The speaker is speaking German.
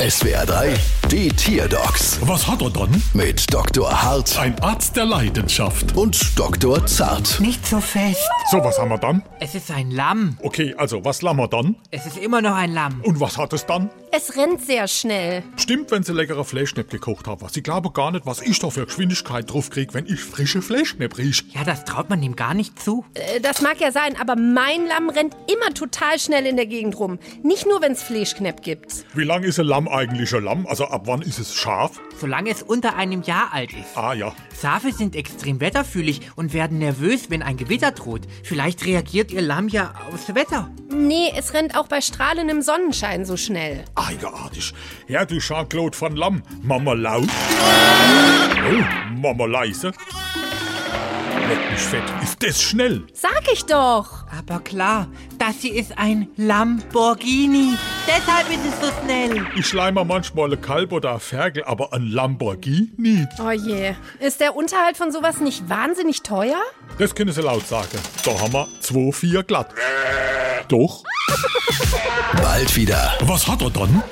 SWR 3, die Tierdocs Was hat er dann? mit Dr. Hart Ein Arzt der Leidenschaft. und Dr. Zart. Nicht so fest. So, was haben wir dann? Es ist ein Lamm. Okay, also, was lassen wir dann? Es ist immer noch ein Lamm. Und was hat es dann? Es rennt sehr schnell. Stimmt, wenn sie leckere Fleischknepp gekocht haben. Was ich glaube gar nicht, was ich da für Geschwindigkeit drauf krieg, wenn ich frische Fleischknepp riech. Ja, das traut man ihm gar nicht zu. Äh, Das mag ja sein, aber mein Lamm rennt immer total schnell in der Gegend rum. Nicht nur, wenn's Fleischknepp gibt. Wie lang ist ein Lamm eigentlich ein Lamm? Also, ab wann ist es scharf? Solange es unter einem Jahr alt ist. Ah, ja. Schafe sind extrem wetterfühlig und werden nervös, wenn ein Gewitter droht. Vielleicht reagiert ihr Lamm ja aufs Wetter. Nee, es rennt auch bei strahlendem Sonnenschein so schnell. Eigenartig. Ja, du Jean-Claude van Lamm. Mama laut. Oh, Mama leise. Leck mich fett. Ist das schnell? Sag ich doch. Aber klar, das hier ist ein Lamborghini. Deshalb ist es so schnell. Ich schleime manchmal ein Kalb oder ein Ferkel, aber ein Lamborghini? Oh je. Ist der Unterhalt von sowas nicht wahnsinnig teuer? Das können sie laut sagen. Da haben wir 2-4 glatt. Doch. Bald wieder. Was hat er dann?